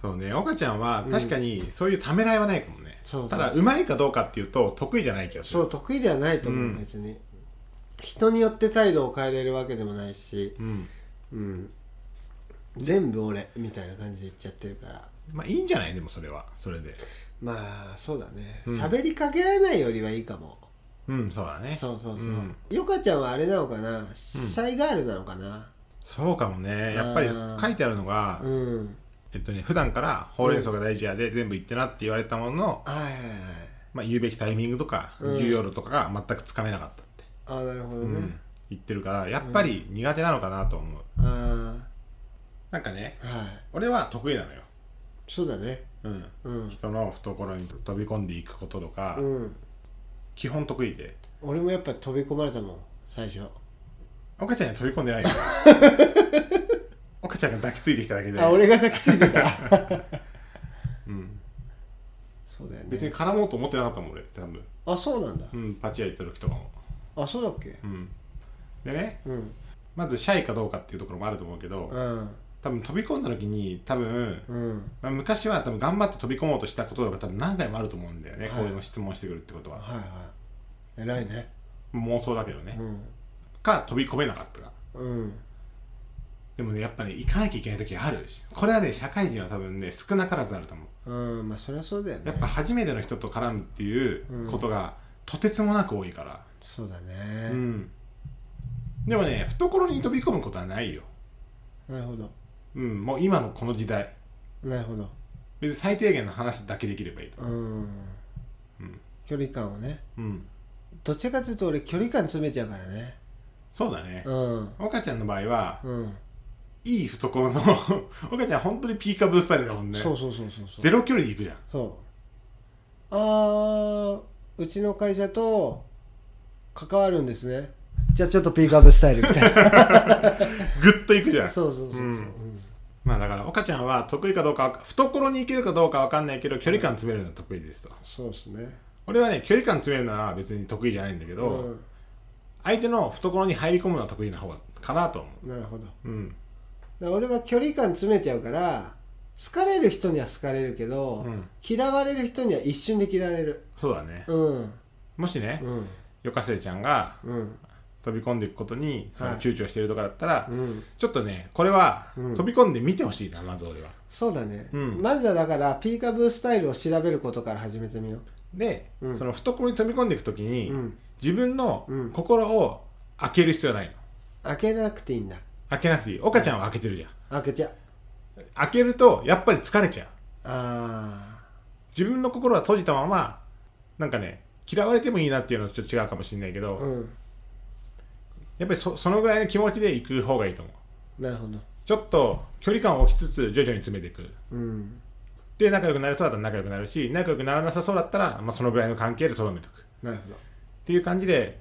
そうね岡ちゃんは確かにそういうためらいはないかもね、そうそうただうまいかどうかっていうと得意じゃない気がすそるう、得意ではないと思う、うん別に。人によって態度を変えれるわけでもないし、うんうん。全部俺、みたいな感じで言っちゃってるから。まあいいんじゃないでもそれはそれでまあ、そうだね。うん喋、りかけられないよりはいいかも。うんそうだねそうそうそう。んヨカちゃんはあれなのかなシャイガールなのかなそうかもねやっぱりあー書いてあるのが、うん。えっとね普段からほうれん草が大事やで全部言ってなって言われたものの、はいはいはい。まあ、言うべきタイミングとかうん重要度とかが全くつかめなかったって、ああ、なるほどうんね。言ってるからやっぱり苦手なのかなと思うあなんかねあ、はい。俺は得意なのよ、そうだね。うん、うん。人の懐に飛び込んでいくこととか、うん。基本得意で俺もやっぱ飛び込まれたもん、最初。岡ちゃんには飛び込んでな いよ岡ちゃんが抱きついてきただけであ、俺が抱きついてた。 うん、そうだよね。別に絡もうと思ってなかったもん俺多分、あ、そうなんだう。ん、パチ屋行った時とかも、あ、そうだっけうん、でねうん。まずシャイかどうかっていうところもあると思うけど、うん。多分飛び込んだ時に多分、うん。まあ、昔は多分頑張って飛び込もうとしたことが多分何回もあると思うんだよね、はいこういうの質問してくるってことは、はいはい。偉いね。妄想だけどね、うん。か飛び込めなかったかうん。でもねやっぱね行かなきゃいけない時あるしこれはね社会人は多分ね少なからずあると思ううん。まあ、そりゃそうだよね。やっぱ初めての人と絡むっていうことが、とてつもなく多いからそうだうね。んでもね懐に飛び込むことはないよなるほど。うんもう今のこの時代なるほど。別に最低限の話だけできればいいとうん。うん距離感をね。うんどっちかというと俺、距離感詰めちゃうからね。そうだねうん。岡ちゃんの場合はうん。いい懐の 岡ちゃん本当にピーカブースタイルだもんねそうそうそうそうそう。ゼロ距離で行くじゃんそうあーうちの会社と関わるんですねじゃあちょっとピークアップスタイルみたいグッと行くじゃんな そうそうそうそう、ううんんまあだから岡ちゃんは得意かどうかわか懐に行けるかどうかわかんないけど距離感詰めるのは得意ですとそうですね俺はね距離感詰めるのは別に得意じゃないんだけど、相手の懐に入り込むのは得意な方かなと思うん、なるほどだかううんら俺は距離感詰めちゃうから好かれる人には好かれるけど、うん嫌われる人には一瞬で嫌われるそうだねうんもしねうんよかせいちゃんがうん飛び込んでいくことにそのはい躊躇してるとかだったら、うんちょっとねこれはうん飛び込んで見てほしいなまず俺はそうだね、うんまずはだからピーカブースタイルを調べることから始めてみよで、うんその懐に飛び込んでいく時に、う、うん、自分のうん心を開ける必要ないの開けなくていいんだ開けなくていい岡ちゃんは開けてるじゃん開けちゃう開けるとやっぱり疲れちゃうあ自分の心は閉じたままなんかね嫌われてもいいなっていうのはちょっと違うかもしれないけど、あうんやっぱりそそのぐらいの気持ちで行く方がいいと思うなるほどちょっと距離感を置きつつ徐々に詰めていくうんで仲良くなれそうだったら仲良くなるし仲良くならなさそうだったら、まあ、そのぐらいの関係でとどめておくっなるほどていう感じで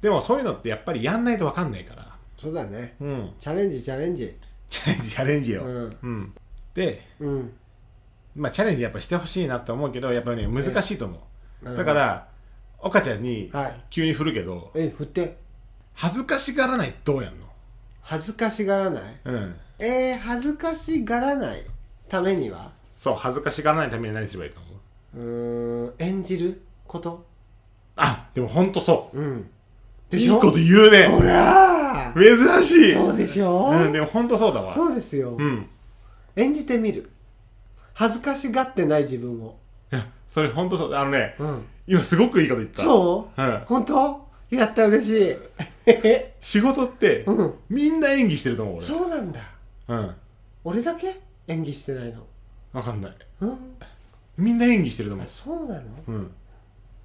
でもそういうのってやっぱりやんないと分かんないからそうだねうんチャレンジチャレンジチャレンジチャレンジよ、うんうんでうんまあ、チャレンジやっぱしてほしいなって思うけどやっぱね難しいと思なうるほどだから岡ちゃんにはい急に振るけど、え振って恥ずかしがらないってどうやんの恥ずかしがらないうんえー、恥ずかしがらないためにはそう恥ずかしがらないために何すればいいと思ううーん演じることあでもほんとそううんいでいしょこと言うねほらー珍しいそうでしょうん、でもほんとそうだわそうですよ、うん演じてみる恥ずかしがってない自分をいやそれほんとそうあのねうん今すごくいいこと言ったそう、うん本当やった嬉しい へへ仕事って、うんみんな演技してると思うそうなんだ俺うん俺だけ演技してないのわかんないうんみんな演技してると思あうそうなのうん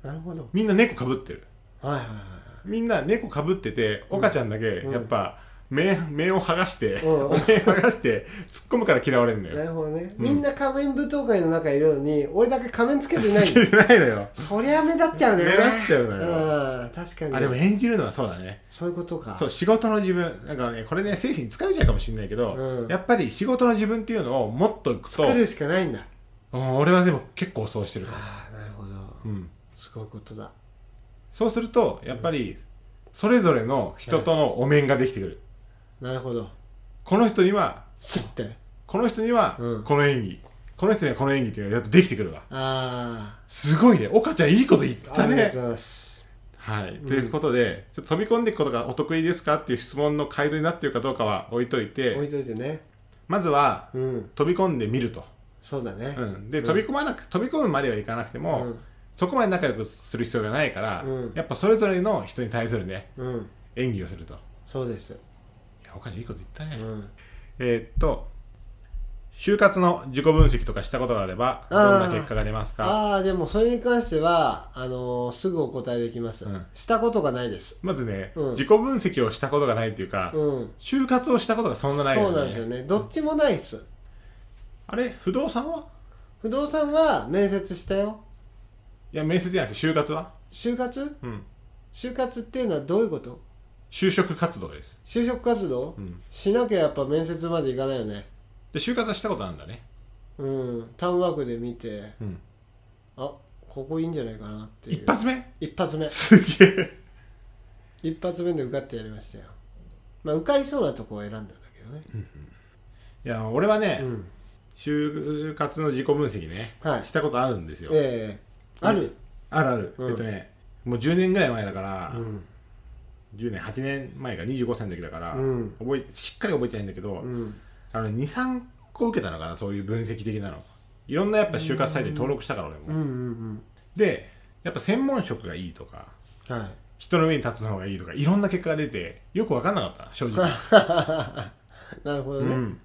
なるほどみんな猫かぶってるはいはいはみんな猫かぶってて岡ちゃんだけんやっぱ面面を剥がして、うん面剥がして突っ込むから嫌われるんだいなよるほどね、みんな仮面舞踏会の中いるのに俺だけ仮面つけてない ないのよそりゃ目立っちゃうね目立っちゃうのようん確かにあでも演じるのはそうだねそういうことかそう仕事の自分なんかねこれね精神疲れちゃうかもしれないけど、うんやっぱり仕事の自分っていうのをもっといくと作るしかないんだうん俺はでも結構そうしてるかもああなるほどうん、すごいことだそうするとやっぱりそれぞれの人とのお面ができてくる、なるほどこの人にはスッてこの人にはうんこの演技、この人にはこの演技っていうのがやっとできてくるわあすごいね岡ちゃんいいこと言っあ、たありがねとうございますはい、ということでちょっと飛び込んでいくことがお得意ですかっていう質問の回答になっているかどうかは置いとい置ていといてねまずはうん飛び込んでみると、そうだねうん、で飛び込まなく飛び込むまではいかなくても、うんそこまで仲良くする必要がないから、うんやっぱそれぞれの人に対するねうん、演技をするといそうですや岡ちゃんいいこと言ったね、うんえーっと就活の自己分析とかしたことがあればどんな結果が出ますかああでもそれに関してはあのーすぐお答えできます、うんしたことがないですまずね、うん自己分析をしたことがないというか、うん就活をしたことがそんなないよそうねなんですよねどっちもないっすあれ不動産は不動産は面接したよいや面接じゃなくて就活は就活うん就活っていうのはどういうこと就職活動です就職活動、うんしなきゃやっぱ面接までいかないよねで就活はしたことあるんだねうんタウンワークで見てうんあここいいんじゃないかなっていう一発目一発目すげえ一発目で受かってやりましたよまあ受かりそうなとこを選んだんだけどねいや俺はね、うん就活の自己分析ね、はいしたことあるんですよ、ええあるあるある、うんえっとねもう10年ぐらい前だから、うん10年8年前が25歳の時だから、うん覚えしっかり覚えてないんだけど、うんあの23個受けたのかなそういう分析的なのいろんなやっぱ就活サイトに登録したから俺も、うんうんでやっぱ専門職がいいとかうんはい人の上に立つの方がいいとかいろんな結果が出てよく分かんなかった正直、なるほどうねん、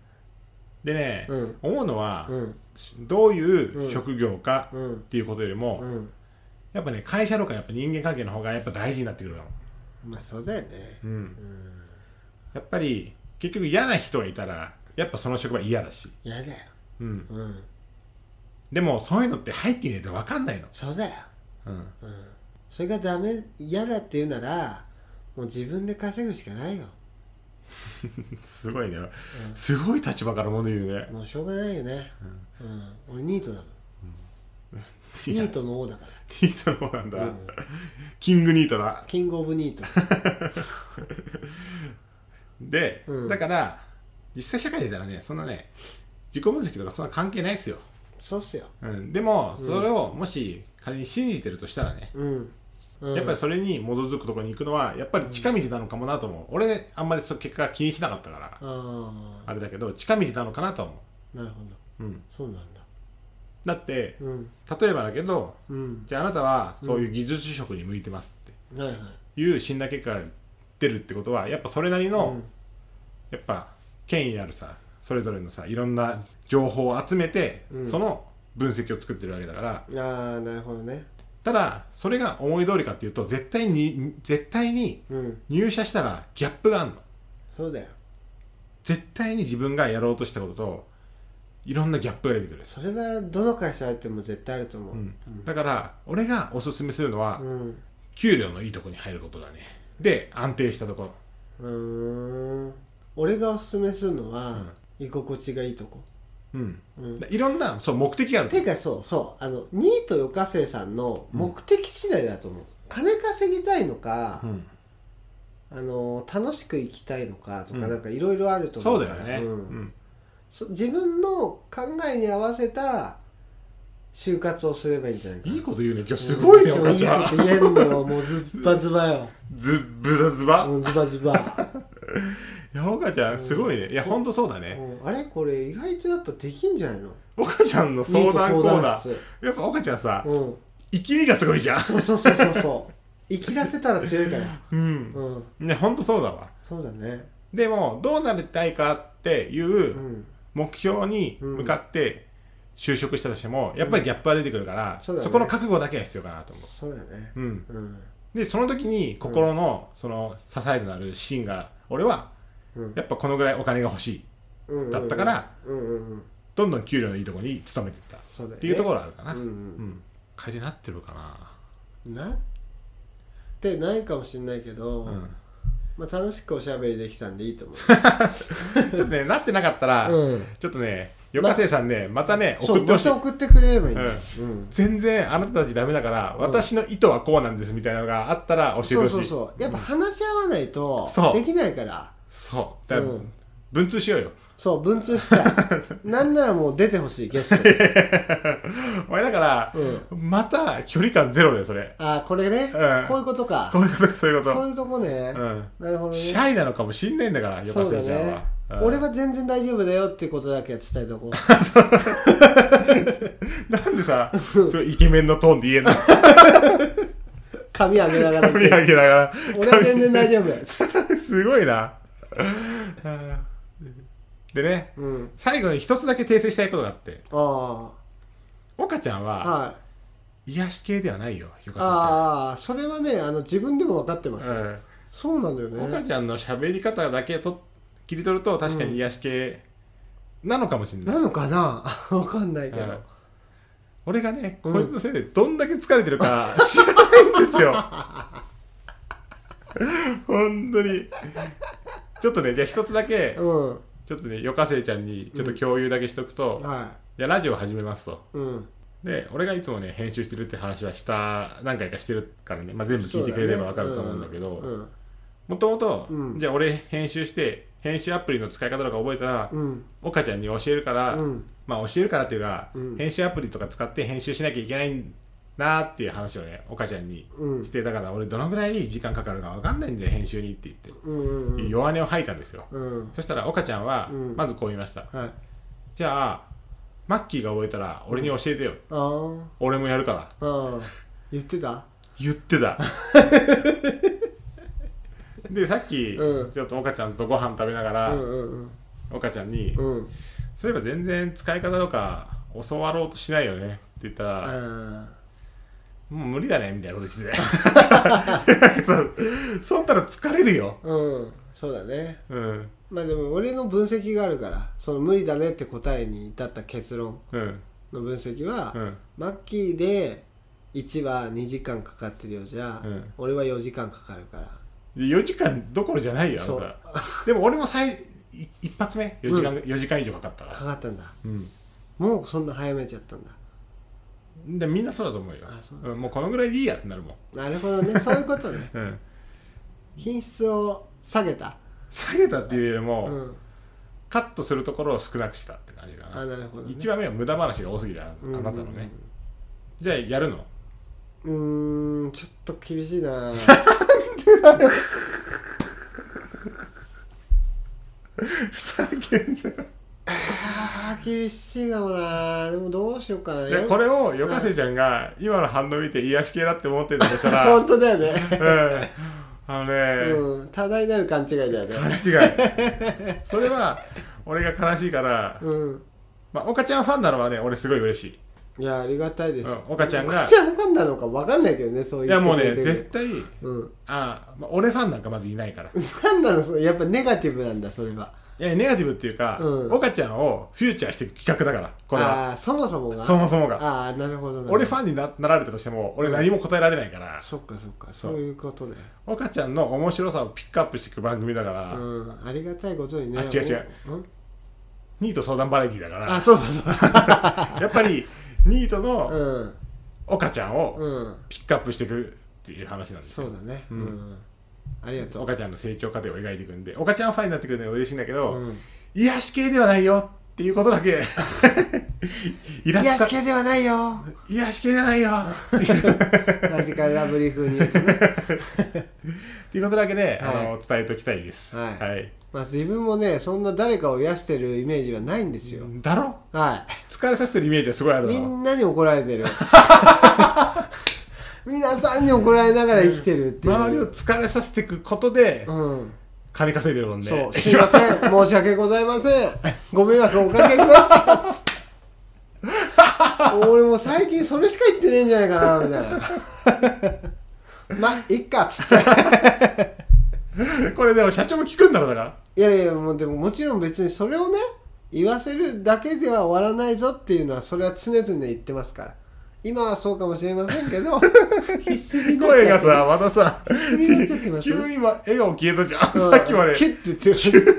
でね、うん思うのは、うんどういう職業かうんっていうことよりも、うんやっぱね会社とかやっぱ人間関係の方がやっぱ大事になってくるの、まあそうだよねうん、うんやっぱり結局嫌な人がいたらやっぱその職場嫌だし、嫌だようん、うんでもそういうのって入ってみないと分かんないの、そうだようん、うんそれがダメ嫌だって言うならもう自分で稼ぐしかないよすごいね、すごい立場から物言うねもうしょうがないよねうん俺ニートだもんニートの王だからニートの方なんだ、うんキングニートだキングオブニートで、うんだから実際社会でたらねそんなね自己分析とかそんな関係ないですよ、そうっすようん、でもそれをもし仮に信じてるとしたらね、うん、うん、やっぱりそれに基づくところに行くのはやっぱり近道なのかもなと思う、俺ねあんまりその結果気にしなかったから、ああれだけど近道なのかなとは思あなるほどう、うん、そうなんだだってうん例えばだけどうんじゃああなたはそういう技術職に向いてますっはいはいていう診断結果が出るってことはやっぱそれなりの、うんやっぱ権威あるさそれぞれのさいろんな情報を集めて、うんその分析を作ってるわけだからああなるほどねただそれが思い通りかっていうと絶対に絶対にうん入社したらギャップがあるのそうだよ絶対に自分がやろうとしたことといろんなギャップが出てくるんです、それはどの会社あっても絶対あると思うううんん、だから俺がおすすめするのは、うん給料のいいとこに入ることだねで安定したとこうーん俺がおすすめするのは、うん居心地がいいとこうん、うんいろんなそう目的があるていうかそうそうあのニートよかせいさんの目的次第だと思う、金稼ぎたいのか、うんあの楽しく生きたいのかとか、うんなんかいろいろあると思そううだよね、ううんんそ自分の考えに合わせた就活をすればいいんじゃないかいいこと言うね今日すごいね今お日母いいちゃんこと言えるのよもうズッバズバ よズブザズバもうズバズバ、いやお母ちゃんすごいねいやほんとそうだうねん、あれこれ意外とやっぱできんじゃないのお母ちゃんの相談コーナーニート相談やっぱお母ちゃんさうん生きりがすごいじゃんそうそうそうそうそう生き出せたら強いからうんうんねほんとそうだわそうだねでもどうなりたいかっていううん目標に向かって就職したとしてもやっぱりギャップは出てくるから、そうだねそこの覚悟だけは必要かなと思そうだねう、うん、うんでその時に心のその支えとなるシーンが俺はうんやっぱこのぐらいお金が欲しいうんだったからうんうんうんどんどん給料のいいとこに勤めてったっそうだよねていうところあるかなうんうん楓なってるかなうんなってないかもしれないけど、うんまあ楽しくおしゃべりできたんでいいと思ちょっとねなってなかったら、う、うん、ちょっとねよかせいさんねまたねそ送っうて場ほしい所送ってくれればいいんだよ、うん全然あなたたちダメだから、私の意図はこうなんですみたいなのがあったら教えてそほうしいそうそうやっぱ話し合わないとそうできないからそうだから、うん文通しようよそう文通したいなんならもう出てほしいゲストに、お前だから、うん、また距離感ゼロだよそれああこれね、うんこういうことかこういうことそういうことそういうとこね、うんなるほどシねャイなのかもしんないんだからよそかうせだいちゃんはね、、うん俺は全然大丈夫だよっていうことだけは伝えとこう なんでさそれイケメンのトーンで言えんの髪上げながら髪上げながら俺は全然大丈夫だよ髪 すごいなでねうん最後に一つだけ訂正したいことがあってあ岡ちゃんあははい癒し系ではないよよかああそれはねあの自分でも分かってませいす、ちゃん、うんそうなんだよ岡ねちゃんの喋り方だけと切り取ると確かに癒し系なのかもしれない、なのかな 分かんないけど、うん俺がね、うんこいつのせいでどんだけ疲れてるか知らないんですよ 本当にちょっとねじゃあ一つだけうんちょっとねよかせいちゃんにちょっと共有だけしとくと、じゃはあラジオ始めますというんで俺がいつもね編集してるって話はした何回かしてるからね、まあ、全部聞いてくれればわかると思うんだけど、そうねもともと、うんじゃあ俺編集して編集アプリの使い方とか覚えたら、うんうん岡ちゃんに教えるから、うんまあ教えるからっていうか、うん編集アプリとか使って編集しなきゃいけないなーっていう話をね岡ちゃんにうんして、だから俺どのぐらい時間かかるかわかんないんだよ編集にって言って、うんうんうん弱音を吐いたんですよ、うんそしたら岡ちゃんはうんまずこう言いました、はいじゃあマッキーが覚えたら俺に教えてよ、あー俺もやるからあー言ってた言ってた でさっき、うんちょっと岡ちゃんとご飯食べながら、うんうん岡ちゃんに、うんうんそういえば全然使い方とか教わろうとしないよねって言ったら、あもう無理だねみたいなこと言って てそうそんなら疲れるよーうんそうだねうんまあでも俺の分析があるからその無理だねって答えに至った結論うんの分析は、うんマッキーで1は2時間かかってるようじゃ、うん俺は4時間かかるから4時間どころじゃないよあそんうたでも俺も最い一発目4時間、四時間以上かかったかからかったんだうんもうそんな早めちゃったんだでみんなそうだと思うよあそううん、もうこのぐらいでいいやってなるもんなるほどねそういうことね うん品質を下げた下げたっていうよりも、うんカットするところを少なくしたって感じかあななるほど、ね、一番目は無駄話が多すぎたあうんなたのね、じゃあやるのうーんちょっと厳しい なふざけんなよあー厳しいかもなでもどうしようかなでこれをよかせちゃんが今の反応見て癒し系だって思ってたとしたら 本当だよ ね、うんあのね、うん、多大なる勘違いだよね勘違いそれは俺が悲しいから、うんまあ、岡ちゃんファンなのはね俺すごい嬉しい、いやありがたいです、うん、岡ちゃんがじゃあファンなのか分かんないけどねそういいうやもうね人絶対うんあ、まあ、俺ファンなんかまずいないからいなんなのそれやっぱネガティブなんだそれはやネガティブっていうか、うん岡ちゃんをフューチャーしていく企画だからこれはああーそもそもがそもそもがああなるほどな俺フンァンにななられたとしても俺何も答えられないから、そっかそっかそそうういうことね岡ちゃんの面白さをピックアップしていく番組だから、うんありがたいことにねあ違う違ううんニート相談バラエティーだからあそうそうそうやっぱりニートのうん岡ちゃんをうんピックアップしていくっていう話なんですそようだねううんんありがとう岡ちゃんの成長過程を描いていくんで岡ちゃんファンになってくれるのが嬉しいんだけど、うん癒し系ではないよっっていうことだけ イラ癒つかし系ではないよ癒し系じゃないよマジカルラブリー風に言うとね、 っていうことだけで、はいあの伝えときたいですはいはい、まあ、自分もねそんな誰かを癒してるイメージはないんですよ、だろは疲れさせてるイメージはすごいあいるみのんなに怒られ てる皆さんに怒られながら生きてるっていう周りを疲れさせていくことでうん金稼いでるもんねそう、すいません、申し訳ございません。ご迷惑をおかけくだ さい。俺もう最近それしか言ってねえんじゃないかな、みたいな。まあ、いっか、つって。 これでも社長も聞くんだろだからいやいや、もうでももちろん別にそれをね、言わせるだけでは終わらないぞっていうのは、それは常々言ってますから。今はそうかもしれませんけ ど、必死になっちゃって声がさ、またさ気になっちゃってま、す急に今笑顔消えたじゃん。うんさっきまで。切ってって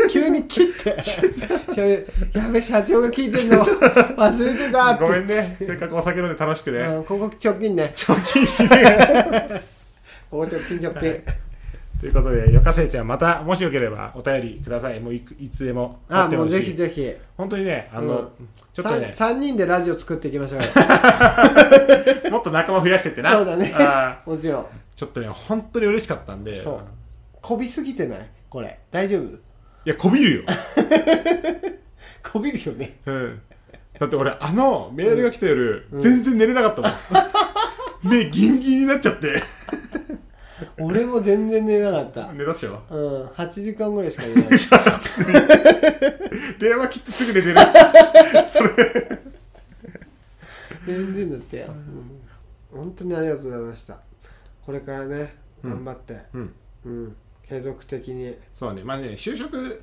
急に切って喋るやべ社長が聞いてんの忘れてたってごめんね。せっかくお酒飲んで楽しくね。うんここ直近ね貯金 しね。ここ直近直近ということで、よかせいちゃん、また、もしよければお便りください。もういくいつでも。あ待ってもうますぜしひぜひ本当にね、あの、ちょっとね、 3人でラジオ作っていきましょうよもっと仲間増やしてってな。そうだねあーもちろんちょっとね、本当に嬉しかったんで。そうこびすぎてないこれ大丈夫いや、こびるよ。こびるよねうん。だって俺、あの、メールが来た夜、全然寝れなかったもん。 目ギンギンになっちゃって。 俺も全然寝れなかった寝たっしょ。うん8時間ぐらいしか寝ない電話切ってすぐ寝てる。全然だってよ、うん、本当にありがとうございましたこれからね頑張ってうん。うん、継続的にそうね、まあね、就職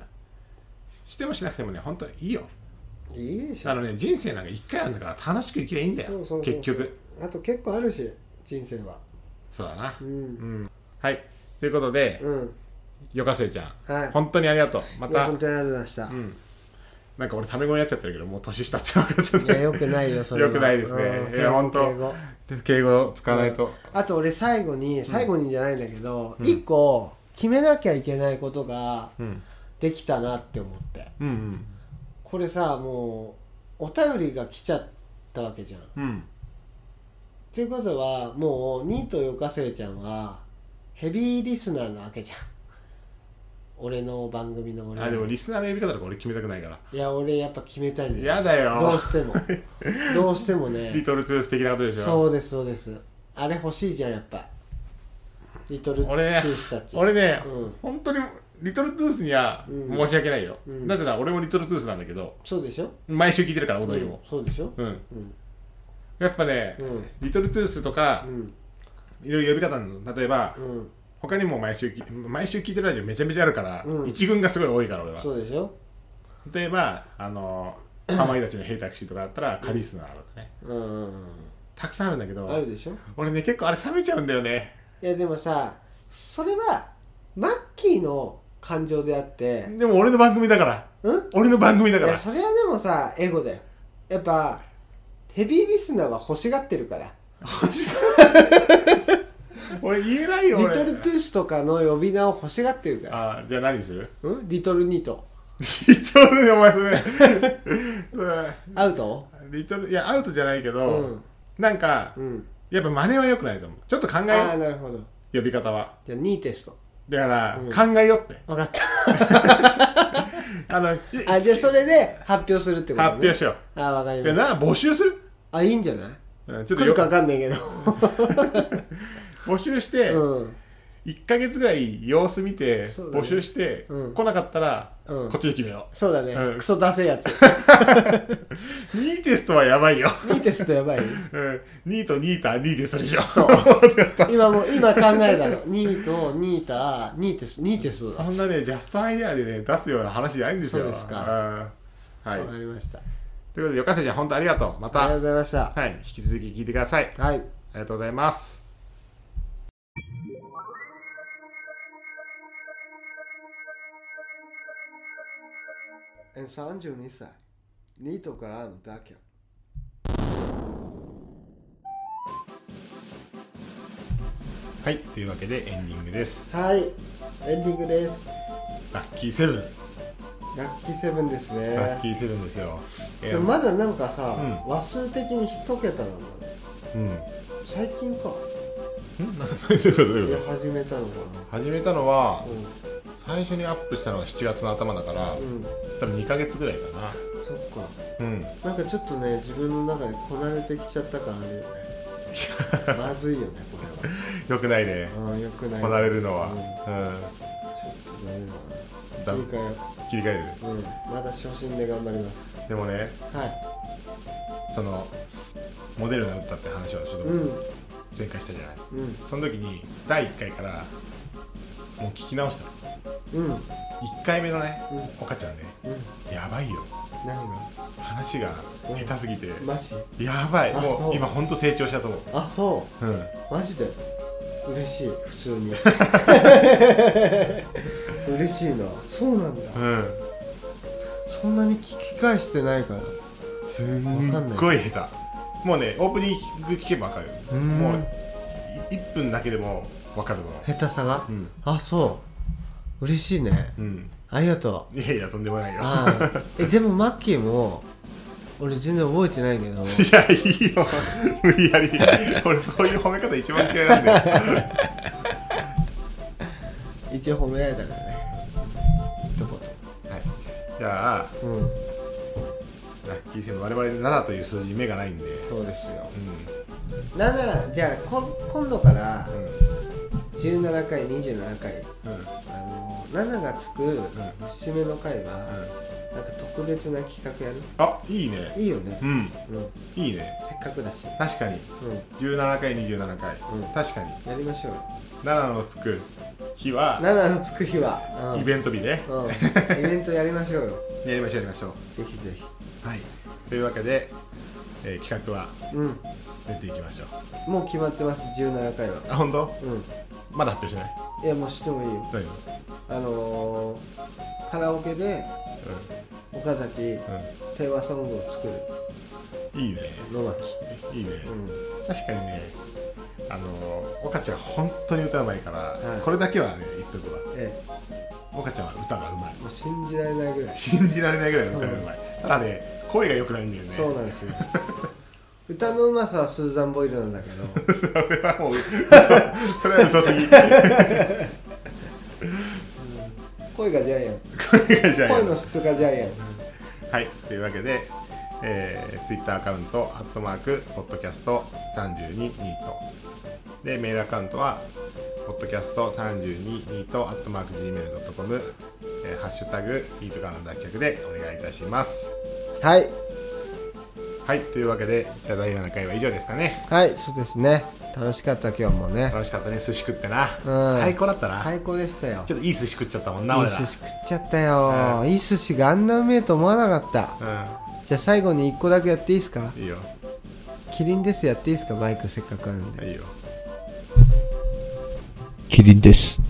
してもしなくてもね、本当いいよ。いいでしょあのね、人生なんか一回なんだから楽しく生きりゃいいんだよ。そうそうそう結局。あと結構あるし人生はそうだな。ううんん。はい。ということで、うんよかせいちゃん、はい本当にありがとう。まいやた、本当にありがとうございました、うん。なんか俺、タメ語になっちゃってるけど、もう年下って分かっちゃっい やて。よくないよそれはよくないですねうんいや本当敬語敬語を使わないと。あと俺最後に最後にじゃないんだけど、一個決めなきゃいけないことがうん。できたなって思ってうんうん。これさもうお便りが来ちゃったわけじゃんうん。ということはもうニートよかせいちゃんはヘビーリスナーなわけじゃん俺の番組の俺のあ、でもリスナーの呼び方とか俺決めたくないから。いや俺やっぱ決めたいんだよやだどうよ。して もどうしてもリねトルツース的なことでしょ。そうですそうですあれ欲しいじゃんやっぱリトル俺ねースたち俺ね、うん本当にリトルトゥースにはうん申し訳ないよ、うんなぜなら俺もリトルトゥースなんだけどそうでしょ毎週聞いてるから踊りうんもそうでしょうん、うんやっぱね、うんリトルトゥースとかう、んいろいろ呼び方の例えば、うん他にも毎週き毎週聞いてるラジオめちゃめちゃあるから、うん一軍がすごい多いから俺はそうでしょ例えばあのかまいたちの兵タクシーとかだったらカリスナーとかねうんうんうんたくさんあるんだけどあるでしょ俺ね結構あれ冷めちゃうんだよねいやでもさそれはマッキーの感情であってでも俺の番組だからうん俺の番組だいからやそれはでもさエゴだよやっぱヘビーリスナーは欲しがってるから俺言えないリよト俺ルトゥースとかの呼び名を欲しがってるからあじゃあ何するうんリトルニートリトルお前それそれアウトリトルいやアウトじゃないけど、うんなんか、うんやっぱ真似は良くないと思うちょっと考えああよなるほどう呼び方はじゃあニーテストだから、う考えようって分かっあのいたあじゃあそれで発表するってことね発表しよああわかりうまでしたな募集する、あいいんじゃないうん、ち来ょっとるよかわかんないけど募集して、うん1か月ぐらい様子見て、そうだね募集して、うん来なかったら、うんこっちで決めよそうだね、うんクソダセえや つうニーテストはやばいよ、ニーテストやばいうん、ニートニータニーテストでしょ今もう今考えたのニートニータニーテストニーテストだそんなねジャストアイデアでね出すような話じゃないんですよそうですかうんはいわかりましたあということで、よかせちゃん、本当ありがとう。まりがとうた、ございましたはい、引き続き聞いてください。あはいりがとうございます。え32歳ニートからの脱却はい、というわけでエンディングです。はいエンディングですラッキーセブン。ラッキーセブンですラッねキーセブンですよ。えでもまだなんかさ、うん話数的に一桁なのねうん。ん最近かなどういうことどういいやうこ始めたのかと 始めたのはな、う最初にアップしたのが7月の頭だから、ん、うん、多分2ヶ月ぐらいかな。そっかうん。なんかちょっとね自分の中でこなれてきちゃった感あ るよねまずいよねこよくないねれ。はああよくないこなれるのうん、ちょは。っとダメだないうん。だいかよ切り替える。うんまだ初心で頑張りますでもね、はその、モデルになったって話はいちょっとうん前回したじゃない。うんその時に、第1回から、もう聞き直したうの。んうん1回目のねうん、岡ちゃんね、やばいよ。何が話が下手すぎて、マジやばい。あもそうう今ほんと成長したと思う。あそううん。マジで嬉しい普通に 嬉しいなそうなんだうん。そんなに聞き返してないからすんごい下手もうねオープニング聞けば分かるうーんもうい1分だけでも分かるの下手さが、うんあそう嬉しいねうんありがとういやいやとんでもないよああえでもマッキーも俺全然覚えてないけど いやいいよ無理やり俺そういう褒め方一番嫌いな んだよ 一応褒められたからねどことじゃあうんラッキーセブン我々7という数字目がないんでそうですよう7じゃあこ今度からんうん17回27回うんうんあの7がつく節目の回は、なんか特別な企画やるあいいねいいよねう、んうん、いいねせっかくだし、確かにう17回27回、うん確かにん、やりましょうよ7のつく日は7のつく日は、うん、イベント日ね、うん、イベントやりましょうよやりましょうやりましょうぜひぜひはい、というわけで、えー企画はうん出ていきましょうもう決まってます17回はあ本当うまだ発表しないんいやもうしてもいいよ大丈あのー、カラオケで夫岡崎テーマソングを作るうん、うん、いいね野巻いいね、うん確かにねあのー岡ちゃん本当に歌うまいから、はいこれだけはね言っとくわえ岡ちゃんは歌がうまいえもう信じられないぐらい信じられないぐらい歌がうまい、ただね声が良くないんだよねそうなんですよ歌のうまさはスーザン・ボイルなんだけ どそれはもう嘘それは 嘘すぎ声がジャイアン声がじゃあ声の質がジャイアンはい、というわけで、えー、Twitter アカウント、アットマーク、ポッドキャスト32ニート。で、メールアカウントは、ポッドキャスト32ニート、アットマーク、gmail.com、えー、ハッシュタグ、ニートからの脱却でお願いいたします。はいはい、というわけで、じゃあ第7回は以上ですかね。はいそうですね楽しかった今日もね楽しかったね、寿司食ってな。うん最高だったな。最高でしたよちょっといい寿司食っちゃったもんな、いい俺寿ら。司食っちゃったよいい寿司があんなうめえと思わなかったじゃあ最後に1個だけやっていいですかうん、いいよ。キリンですやっていいですかマイクせっかくあるんでいいよ。キリンです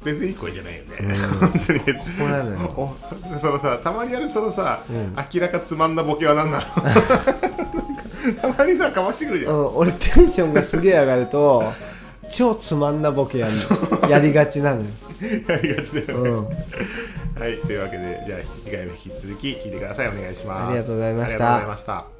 全然いい声じゃないよね、本当にここなのよそのさたまにやるそのさ、うん明らかつまんだボケは何なのたまにさかましてくるじうゃん、ん、俺テンションがすげえ上がると超つまんなボ ケやんのやりがちなのよ、やりがちだよね、うん、はいというわけでじゃあ次回も引き続き聞いてくださいお願いしますありがとうございましたありがとうございました